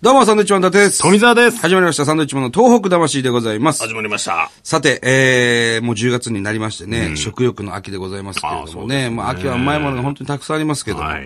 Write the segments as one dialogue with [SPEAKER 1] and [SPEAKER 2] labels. [SPEAKER 1] どうも、サンドウィッチマン伊達です。
[SPEAKER 2] 富澤です。
[SPEAKER 1] 始まりました、サンドウィッチマンの東北魂でございます。
[SPEAKER 2] 始まりました。
[SPEAKER 1] さて、えー、もう10月になりましてね、食欲の秋でございますけれ
[SPEAKER 2] あ
[SPEAKER 1] ど
[SPEAKER 2] ーそ
[SPEAKER 1] も
[SPEAKER 2] う
[SPEAKER 1] ね、
[SPEAKER 2] ですね
[SPEAKER 1] まあ秋はうまいものが本当にたくさんありますけども、
[SPEAKER 2] はい。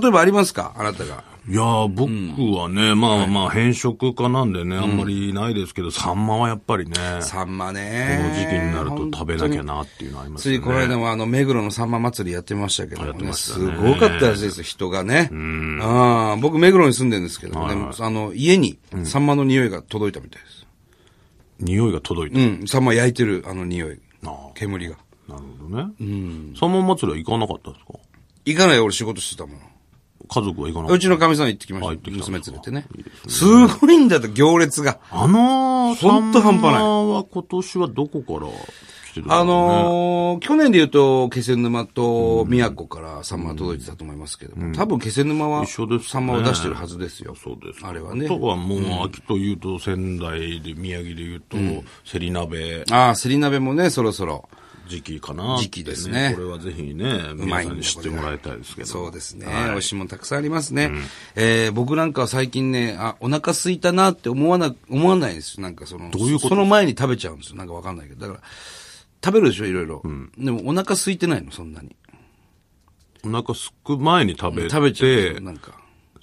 [SPEAKER 1] 例えばありますかあなたが。
[SPEAKER 2] いやー、僕はね、まあまあ、変色家なんでね、あんまりないですけど、サンマはやっぱりね、こ
[SPEAKER 1] サンマね。
[SPEAKER 2] の時期になると食べなきゃなっていうのあります
[SPEAKER 1] つ
[SPEAKER 2] よ
[SPEAKER 1] い
[SPEAKER 2] ね。
[SPEAKER 1] この間もあの、目黒のサンマ祭りやってましたけども
[SPEAKER 2] やって
[SPEAKER 1] ね、
[SPEAKER 2] ました
[SPEAKER 1] す
[SPEAKER 2] ね
[SPEAKER 1] ごかったらしいですよ、人がね。あー僕、目黒に住んでるんですけどもね、あの、家にサンマの匂いが届いたみたいです。
[SPEAKER 2] 匂いが届いて、
[SPEAKER 1] うん、サンマ焼いてるあの匂い、
[SPEAKER 2] なあ
[SPEAKER 1] 煙が。
[SPEAKER 2] なるほどね。サンマ祭りは行かなかったんですか
[SPEAKER 1] 行かない俺仕事してたもん。
[SPEAKER 2] 家族は行かなか
[SPEAKER 1] う
[SPEAKER 2] った
[SPEAKER 1] ちのかみさん行ってきまし
[SPEAKER 2] あ
[SPEAKER 1] た
[SPEAKER 2] 行って。きたん
[SPEAKER 1] 娘連
[SPEAKER 2] ですか
[SPEAKER 1] れてね。すごいんだと、行列が。
[SPEAKER 2] あのー、
[SPEAKER 1] ほ
[SPEAKER 2] サ
[SPEAKER 1] ん
[SPEAKER 2] ン
[SPEAKER 1] と半端ない
[SPEAKER 2] マは今年はどこから来てるんだろうね
[SPEAKER 1] あのー去年で言うと、気仙沼と宮古からサンマは届いてたと思いますけども、多分気仙沼は、
[SPEAKER 2] 一緒ですね
[SPEAKER 1] サンマを出してるはずですよ。
[SPEAKER 2] そうです。
[SPEAKER 1] あれはね
[SPEAKER 2] あとはもう、秋というと、仙台で、宮城でいうと、せり鍋
[SPEAKER 1] ああ、すり鍋もね、そろそろ。
[SPEAKER 2] 時期かなって、
[SPEAKER 1] 時期ですね
[SPEAKER 2] これはぜひね、皆
[SPEAKER 1] まいん
[SPEAKER 2] さ
[SPEAKER 1] だ
[SPEAKER 2] んに知ってもらいたいですけど。
[SPEAKER 1] そうですね。
[SPEAKER 2] は
[SPEAKER 1] 美
[SPEAKER 2] い
[SPEAKER 1] 味しいものたくさんありますね。えー僕なんかは最近ね、あ、お腹空いたなって思わな、思わないです。なんかその、
[SPEAKER 2] どういうこと
[SPEAKER 1] その前に食べちゃうんですよ。なんかわかんないけど。だから、食べるでしょ、いろいろ。でもお腹空いてないの、そんなに。
[SPEAKER 2] お腹すく前に食べて、
[SPEAKER 1] 食べちゃうんですよ、なんか。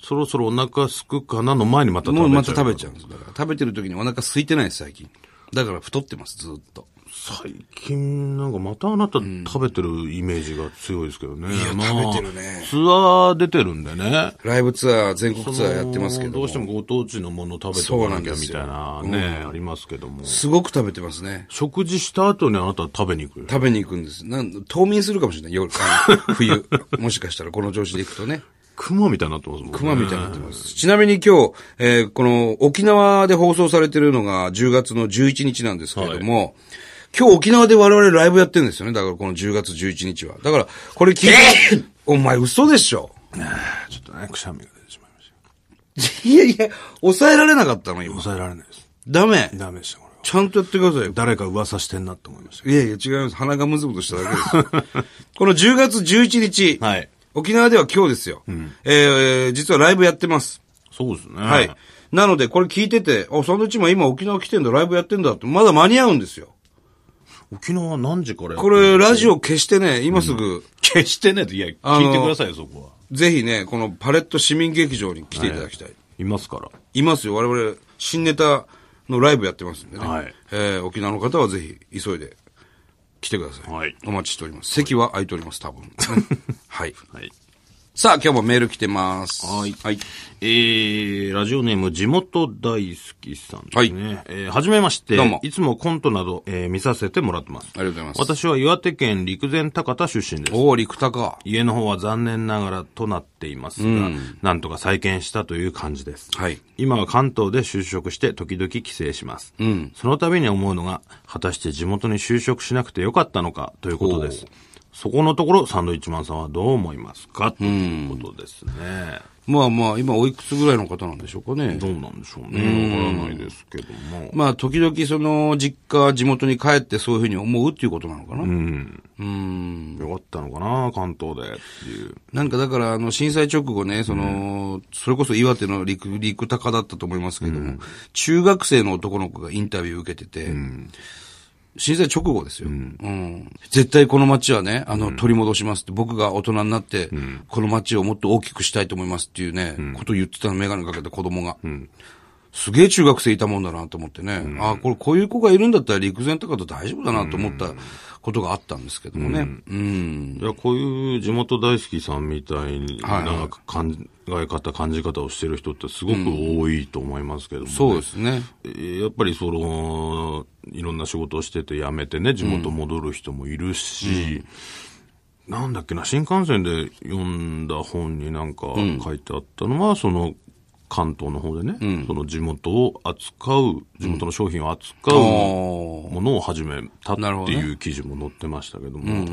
[SPEAKER 2] そろそろお腹すくかなの前にまた食べち
[SPEAKER 1] も
[SPEAKER 2] ゃう。
[SPEAKER 1] うまた食べちゃうんです。だから食べてる時にお腹空いてないです、最近。だから太ってます、ずーっと。
[SPEAKER 2] 最近、なんかまたあなた食べてるイメージが強いですけどね。まあ
[SPEAKER 1] 食べてるね
[SPEAKER 2] ツアー出てるんでね。
[SPEAKER 1] ライブツアー、全国ツアーやってますけ
[SPEAKER 2] その
[SPEAKER 1] ど
[SPEAKER 2] ど
[SPEAKER 1] も
[SPEAKER 2] うしてもご当地のもの食べて
[SPEAKER 1] そう
[SPEAKER 2] お
[SPEAKER 1] な
[SPEAKER 2] かなんき
[SPEAKER 1] で
[SPEAKER 2] ゃ
[SPEAKER 1] す
[SPEAKER 2] み
[SPEAKER 1] よ
[SPEAKER 2] たいなね、ありますけども。
[SPEAKER 1] すごく食べてますね。
[SPEAKER 2] 食事した後にあなた食べに行くよ。
[SPEAKER 1] 食べに行くんです。なん冬眠するかもしれない、夜。あの 冬。もしかしたらこの調子で行くとね。
[SPEAKER 2] 熊みたいになってますもんね。
[SPEAKER 1] 熊みたいになってます。ちなみに今日、えーこの沖縄で放送されてるのが10月の11日なんですけれども、今日沖縄で我々ライブやってるんですよね。だからこの10月11日は。だから、これ聞いて、お前嘘でしょ。
[SPEAKER 2] ちょっとね、くしゃみが出てしまいました。
[SPEAKER 1] いやいや、抑えられなかったの、今。
[SPEAKER 2] 抑えられないです。
[SPEAKER 1] ダメ。
[SPEAKER 2] ダメでした、これは。
[SPEAKER 1] ちゃんとやってくださいよ。
[SPEAKER 2] 誰か噂してんなって思いました。
[SPEAKER 1] いやいや、違います。鼻がむずむとしただけです。 この10月11日。
[SPEAKER 2] はい
[SPEAKER 1] 沖縄では今日ですよ。えー、実はライブやってます。
[SPEAKER 2] そうですね。
[SPEAKER 1] はい。なので、これ聞いてて、あ、サンドウィッチマン今沖縄来てんだ、ライブやってんだって、まだ間に合うんですよ。
[SPEAKER 2] 沖縄何時からやって
[SPEAKER 1] これ、
[SPEAKER 2] る
[SPEAKER 1] ラジオ消してね、今すぐ、
[SPEAKER 2] 決してね、いや、
[SPEAKER 1] あの
[SPEAKER 2] 聞いてくださいよ、そこは。
[SPEAKER 1] ぜひね、このパレット市民劇場に来ていただきたい。い、
[SPEAKER 2] いますから。
[SPEAKER 1] ますよ、我々、新ネタのライブやってますんでね。
[SPEAKER 2] はい
[SPEAKER 1] えー、沖縄の方はぜひ、急いで来てください。
[SPEAKER 2] はい
[SPEAKER 1] お待ちしております。席は空いております、多 分。はい。
[SPEAKER 2] はい。
[SPEAKER 1] さあ、今日もメール来てます。
[SPEAKER 2] はい
[SPEAKER 1] はい。
[SPEAKER 2] えー、ラジオネーム、地元大好きさんですね。えーはじめまして。
[SPEAKER 1] どうも
[SPEAKER 2] いつもコントなど、えー見させてもらってます。
[SPEAKER 1] ありがとうございます
[SPEAKER 2] 私は岩手県陸前高田出身です。
[SPEAKER 1] おー、陸田か。
[SPEAKER 2] 家の方は残念ながらとなっていますが、なんとか再建したという感じです。
[SPEAKER 1] はい。
[SPEAKER 2] 今は関東で就職して時々帰省します。その度に思うのが、果たして地元に就職しなくてよかったのかということです
[SPEAKER 1] お。
[SPEAKER 2] そこのところ、サンドイッチマンさんはどう思いますかということですね。
[SPEAKER 1] まあまあ、今おいくつぐらいの方なんでしょうかね
[SPEAKER 2] ど。うなんでしょうね。わからないですけども。
[SPEAKER 1] まあ、時々その、実家、地元に帰ってそういうふうに思うっていうことなのかな。
[SPEAKER 2] うん。よかったのかな、関東でっていう。
[SPEAKER 1] なんかだから、あの、震災直後ね、その、それこそ岩手の陸、陸高だったと思いますけども、中学生の男の子がインタビュー受けてて、震災直後ですよ、うん絶対この街はね、あの、取り戻しますって、僕が大人になって、この街をもっと大きくしたいと思いますっていうね、ことを言ってたの、メガネかけた子供が。すげえ中学生いたもんだなと思ってね、ああ、これこういう子がいるんだったら陸前高田大丈夫だなと思ったことがあったんですけどもね。うん
[SPEAKER 2] いや、こういう地元大好きさんみたいな考え方、感じ方をしてる人ってすごく多いと思いますけども、
[SPEAKER 1] そうですね。
[SPEAKER 2] えーやっぱりその、いろんな仕事をしてて辞めてね、地元戻る人もいるし、なんだっけな、新幹線で読んだ本になんか書いてあったのは、その、関東の方でね、その地元を扱う、地元の商品を扱う
[SPEAKER 1] おー
[SPEAKER 2] ものを始めたって
[SPEAKER 1] なるほど
[SPEAKER 2] い
[SPEAKER 1] ね
[SPEAKER 2] う記事も載ってましたけども、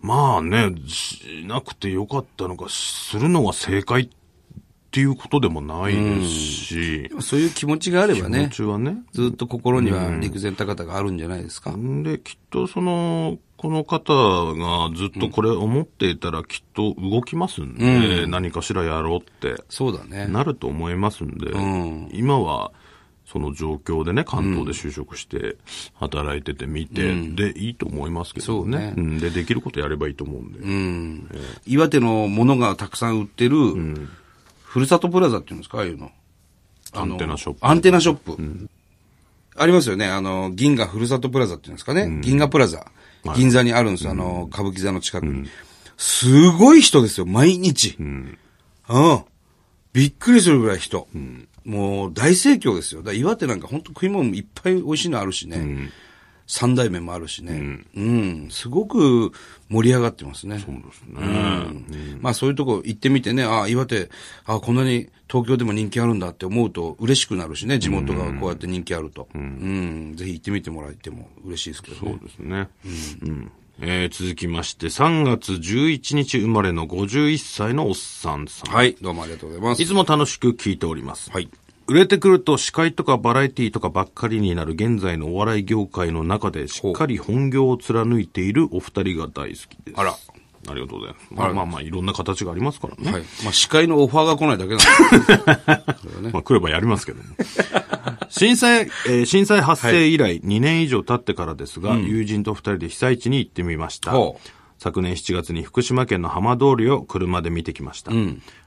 [SPEAKER 2] まあね、しなくてよかったのか、するのが正解っていうことでもないですし、
[SPEAKER 1] でもそういう気持ちがあれば
[SPEAKER 2] 気持
[SPEAKER 1] ね、
[SPEAKER 2] ちはね。
[SPEAKER 1] ずっと心には陸前高田があるんじゃないですか。
[SPEAKER 2] で、きっとその、この方がずっとこれ思っていたらきっと動きますんで、何かしらやろうって
[SPEAKER 1] そうだね。
[SPEAKER 2] なると思いますんで、
[SPEAKER 1] ん
[SPEAKER 2] 今はその状況でね、関東で就職して、働いててみて、でいいと思いますけどね
[SPEAKER 1] そう
[SPEAKER 2] うんで、できることやればいいと思うんで。
[SPEAKER 1] うん。岩手のものがたくさん売ってる、ふるさとプラザっていうんですか、ああいうの。あの
[SPEAKER 2] アンテナショップ
[SPEAKER 1] アンテナショップ。ありますよね。あの、銀河ふるさとプラザっていうんですかね。銀河プラザ。銀座にあるんですよ。あの、歌舞伎座の近くに。すごい人ですよ、毎日。うん。びっくりするぐらい人。もう大盛況ですよ。だから岩手なんか本当食い物もいっぱい美味しいのあるしね。三代目もあるしね、うん。すごく盛り上がってますね。そうですね。まあそういうとこ行ってみてね、ああ、岩手、ああ、こんなに東京でも人気あるんだって思うと嬉しくなるしね、地元がこうやって人気あると。うん。ぜひ行ってみてもらっても嬉しいですけど
[SPEAKER 2] そう
[SPEAKER 1] ね。
[SPEAKER 2] ですね。うんえー続きまして、3月11日生まれの51歳のおっさんさん。
[SPEAKER 1] はい、どうもありがとうございます。
[SPEAKER 2] いつも楽しく聞いております。
[SPEAKER 1] はい。
[SPEAKER 2] 売れてくると司会とかバラエティとかばっかりになる現在のお笑い業界の中でしっかり本業を貫いているお二人が大好きです。
[SPEAKER 1] あら。
[SPEAKER 2] ありがとうございます。まあまあまあ、いろんな形がありますからね。
[SPEAKER 1] はい。まあ司会のオファーが来ないだけなんですけどね。
[SPEAKER 2] まあ来ればやりますけども。 震災、えー震災発生以来2年以上経ってからですが、友人と二人で被災地に行ってみ ました
[SPEAKER 1] ほう。
[SPEAKER 2] 昨年7月に福島県の浜通りを車で見てきました。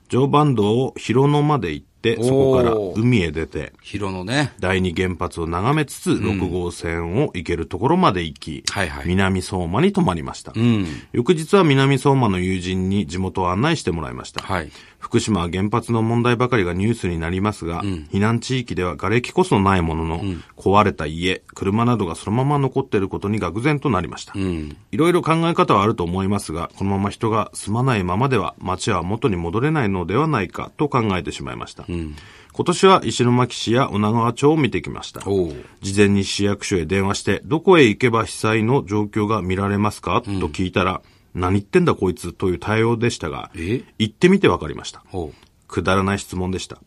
[SPEAKER 2] 常磐道を広野まで行って、そこから海へ出て、
[SPEAKER 1] 広野ね。
[SPEAKER 2] 第二原発を眺めつつ、6号線を行けるところまで行き、
[SPEAKER 1] はいはい
[SPEAKER 2] 南相馬に泊まりました、翌日は南相馬の友人に地元を案内してもらいました。
[SPEAKER 1] はい
[SPEAKER 2] 福島は原発の問題ばかりがニュースになりますが、避難地域では瓦礫こそないものの、壊れた家、車などがそのまま残っていることに愕然となりました。いろいろ考え方はあると思いますが、このまま人が住まないままでは町は元に戻れないのではないかと考えてしまいました。今年は石巻市や女川町を見てきました。
[SPEAKER 1] おう
[SPEAKER 2] 事前に市役所へ電話して、どこへ行けば被災の状況が見られますか、と聞いたら、何言ってんだこいつという対応でしたが
[SPEAKER 1] え、
[SPEAKER 2] 行ってみてわかりました。
[SPEAKER 1] ほう。
[SPEAKER 2] くだらない質問でした。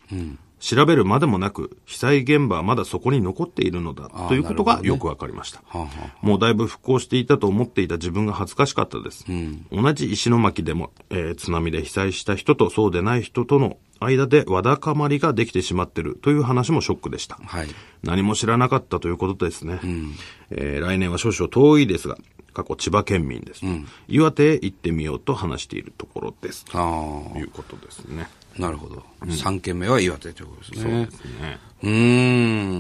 [SPEAKER 2] 調べるまでもなく、被災現場はまだそこに残っているのだということがよくわかりました。
[SPEAKER 1] はあは
[SPEAKER 2] もうだいぶ復興していたと思っていた自分が恥ずかしかったです。同じ石巻でも、えー津波で被災した人とそうでない人との間でわだかまりができてしまってるという話もショックでした。
[SPEAKER 1] はい。
[SPEAKER 2] 何も知らなかったということですね。えー来年は少々遠いですが、過去千葉県民です。岩手へ行ってみようと話しているところです。と
[SPEAKER 1] あ
[SPEAKER 2] いうことですね。
[SPEAKER 1] あ、なるほど。三軒目は岩手ということですね。
[SPEAKER 2] ですね。
[SPEAKER 1] うー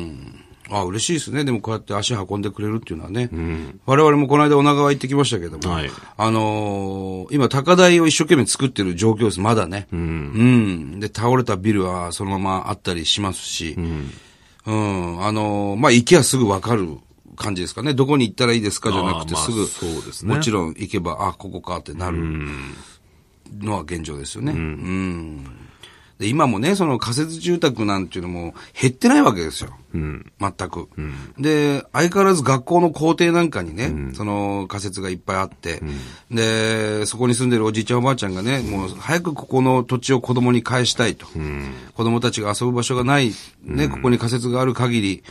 [SPEAKER 1] ん。あ、嬉しいですね。でもこうやって足運んでくれるっていうのはね。我々もこの間女川行ってきましたけども。
[SPEAKER 2] はい
[SPEAKER 1] あのー今高台を一生懸命作ってる状況です。まだね。うん。で、倒れたビルはそのままあったりしますし。うん。あのーまあ、行きはすぐわかる感じですかね。どこに行ったらいいですかじゃなくて
[SPEAKER 2] あーまあ
[SPEAKER 1] すぐ。
[SPEAKER 2] そうですね
[SPEAKER 1] もちろん行けば、あ、ここかってなるのは現状ですよね。うんで今もね、その仮設住宅なんていうのも減ってないわけですよ。全く、で、相変わらず学校の校庭なんかにね、その仮設がいっぱいあって、で、そこに住んでるおじいちゃんおばあちゃんがね、もう早くここの土地を子供に返したいと。子供たちが遊ぶ場所がない、ね、ここに仮設がある限り、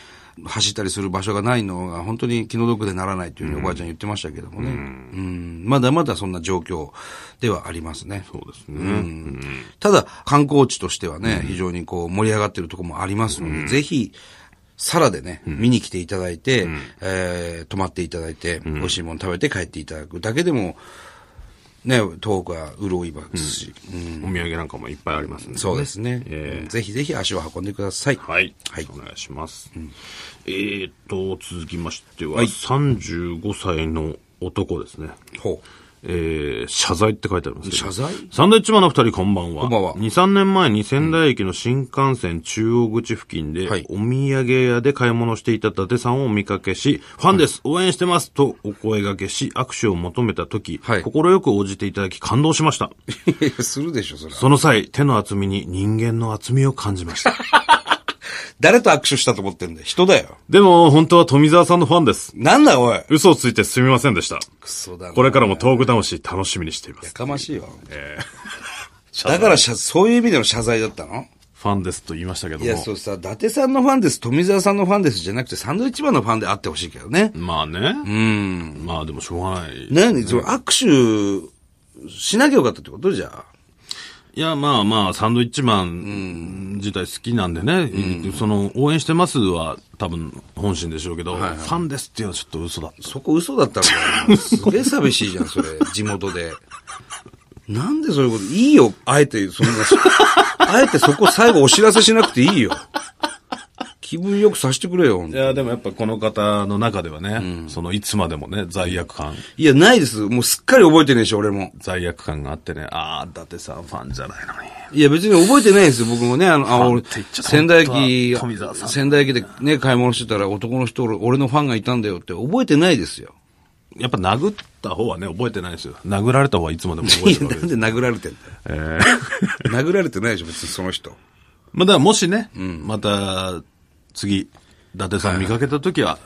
[SPEAKER 1] 走ったりする場所がないのが本当に気の毒でならないというふうにおばあちゃん言ってましたけどもね。うんまだまだそんな状況ではありますね。
[SPEAKER 2] そうですね。
[SPEAKER 1] ただ、観光地としてはね、非常にこう盛り上がってるところもありますので、ぜひ、サラでね、見に来ていただいて、えー泊まっていただいて、美味しいもの食べて帰っていただくだけでも、ね、東北は潤いますし、うん
[SPEAKER 2] お土産なんかもいっぱいありますね。
[SPEAKER 1] そうですね、
[SPEAKER 2] ええ
[SPEAKER 1] ぜひぜひ足を運んでください。
[SPEAKER 2] はい。
[SPEAKER 1] はい
[SPEAKER 2] お願いします。えーっと、続きましては、
[SPEAKER 1] はい
[SPEAKER 2] 35歳の男ですね。
[SPEAKER 1] ほ
[SPEAKER 2] えー、謝罪って書いてあります
[SPEAKER 1] う。
[SPEAKER 2] けど
[SPEAKER 1] 謝罪
[SPEAKER 2] サンドイッチマンの二人こんばんは。
[SPEAKER 1] こんばんは
[SPEAKER 2] 2、3年前に仙台駅の新幹線中央口付近で、
[SPEAKER 1] はい
[SPEAKER 2] お土産屋で買い物していた伊達さんをお見かけし、ファンです、応援してますとお声掛けし、握手を求めた時、
[SPEAKER 1] はい
[SPEAKER 2] 心よく応じていただき感動しました。
[SPEAKER 1] いや するでしょ、それは。
[SPEAKER 2] その際、手の厚みに人間の厚みを感じました。
[SPEAKER 1] 誰と握手したと思ってんだよ。人だよ。
[SPEAKER 2] でも、本当は富澤さんのファンです。
[SPEAKER 1] なんだ、おい。
[SPEAKER 2] 嘘をついてすみませんでした。
[SPEAKER 1] クソだな
[SPEAKER 2] これからもトーク魂楽しみにしていま
[SPEAKER 1] や
[SPEAKER 2] す。
[SPEAKER 1] かましいわ。
[SPEAKER 2] 謝 罪
[SPEAKER 1] だからしゃ、そういう意味での謝罪だったの
[SPEAKER 2] ファンですと言いましたけど
[SPEAKER 1] いや、
[SPEAKER 2] も
[SPEAKER 1] そ。うさ、伊達さんのファンです、富澤さんのファンですじゃなくて、サンドウィッチマンのファンであってほしいけどね。
[SPEAKER 2] まあね。
[SPEAKER 1] うん。
[SPEAKER 2] まあでもしょうがない。
[SPEAKER 1] 何、その握手しなきゃよかったってことじゃあ。
[SPEAKER 2] いや、まあまあ、サンドイッチマン自体好きなんでね、その、応援してますは多分本心でしょうけど、ファンですっていうのはちょっと嘘だった。
[SPEAKER 1] そこ嘘だったのかなすげえ寂しいじゃん、それ。地元で。なんでそういうこと、いいよ、あえて、そんな、 あえてそこ最後お知らせしなくていいよ。気分よくさせてくれよ、本当
[SPEAKER 2] いや、でもやっぱこの方の中ではね、その、いつまでもね、罪悪感、
[SPEAKER 1] いや、ないです。もうすっかり覚えてねえし、俺も。
[SPEAKER 2] 罪悪感があってね、ああ、伊達さんファンじゃないのに。
[SPEAKER 1] いや、別に覚えてないです僕もね、あの、あ、
[SPEAKER 2] ァンっ
[SPEAKER 1] 俺
[SPEAKER 2] て言っちゃ、った
[SPEAKER 1] 仙台駅
[SPEAKER 2] 本当は富澤さ、ん
[SPEAKER 1] 仙台駅でね、買い物してたら男の人、俺俺のファンがいたんだよって覚えてないですよ。
[SPEAKER 2] やっぱ殴った方はね、覚えてないですよ。殴られた方はいつまでも覚
[SPEAKER 1] い
[SPEAKER 2] え
[SPEAKER 1] や、
[SPEAKER 2] てる
[SPEAKER 1] なん
[SPEAKER 2] わけ です。
[SPEAKER 1] で殴られてんだよ。殴られてないでしょ、別にその人。
[SPEAKER 2] まあ、だからもしね、また、次、伊達さん見かけた時は、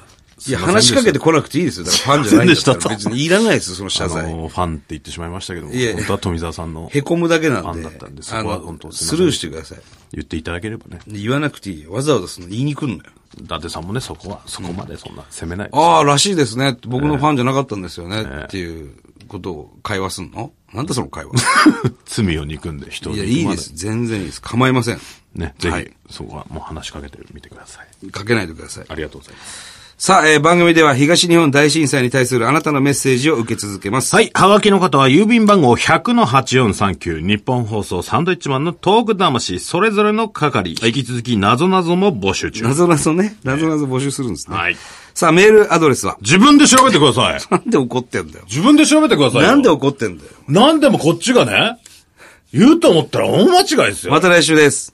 [SPEAKER 1] いや、話しかけてこなくていいですよ。だからファンじゃないんだったら
[SPEAKER 2] すいませんでし
[SPEAKER 1] 別
[SPEAKER 2] た
[SPEAKER 1] にいらないですよ、その謝
[SPEAKER 2] あ
[SPEAKER 1] 罪。
[SPEAKER 2] のファンって言ってしまいましたけども、
[SPEAKER 1] いえ
[SPEAKER 2] 本当は富澤さんの
[SPEAKER 1] へこむだけな
[SPEAKER 2] ファ
[SPEAKER 1] んで
[SPEAKER 2] ンだったんで、そ
[SPEAKER 1] あ
[SPEAKER 2] こは本当
[SPEAKER 1] の、
[SPEAKER 2] すいません
[SPEAKER 1] スルーしてください。
[SPEAKER 2] 言っていただければね、
[SPEAKER 1] で言わなくていいよ。わざわざその言いに来んのよ。
[SPEAKER 2] 伊達さんもね、そこは、そこまでそんな責めない。
[SPEAKER 1] ああ、らしいですね。僕のファンじゃなかったんですよね。っていうことを会話すんのなんだその会 話。
[SPEAKER 2] 罪を憎んで人を
[SPEAKER 1] いや、
[SPEAKER 2] 憎
[SPEAKER 1] いい
[SPEAKER 2] ま
[SPEAKER 1] で
[SPEAKER 2] ない。
[SPEAKER 1] す。全然いいです。構いません。
[SPEAKER 2] ね、ぜひ、
[SPEAKER 1] はい
[SPEAKER 2] そこはもう話しかけてみてください。
[SPEAKER 1] かけないでください。
[SPEAKER 2] ありがとうございます。
[SPEAKER 1] さあ、えー番組では東日本大震災に対するあなたのメッセージを受け続けます。
[SPEAKER 2] はい。はがきの方は郵便番号100-8439日本放送サンドイッチマンのトーク魂それぞれの係。引き続き謎謎も募集中。
[SPEAKER 1] 謎謎ね。謎謎募集するんですね。
[SPEAKER 2] はい。
[SPEAKER 1] さあ、メールアドレスは
[SPEAKER 2] 自分で調べてください。
[SPEAKER 1] なんで怒ってんだよ。
[SPEAKER 2] 自分で調べてくださいよ。
[SPEAKER 1] なんで怒ってんだよ。
[SPEAKER 2] なんでもこっちがね、言うと思ったら大間違いですよ。
[SPEAKER 1] また来週です。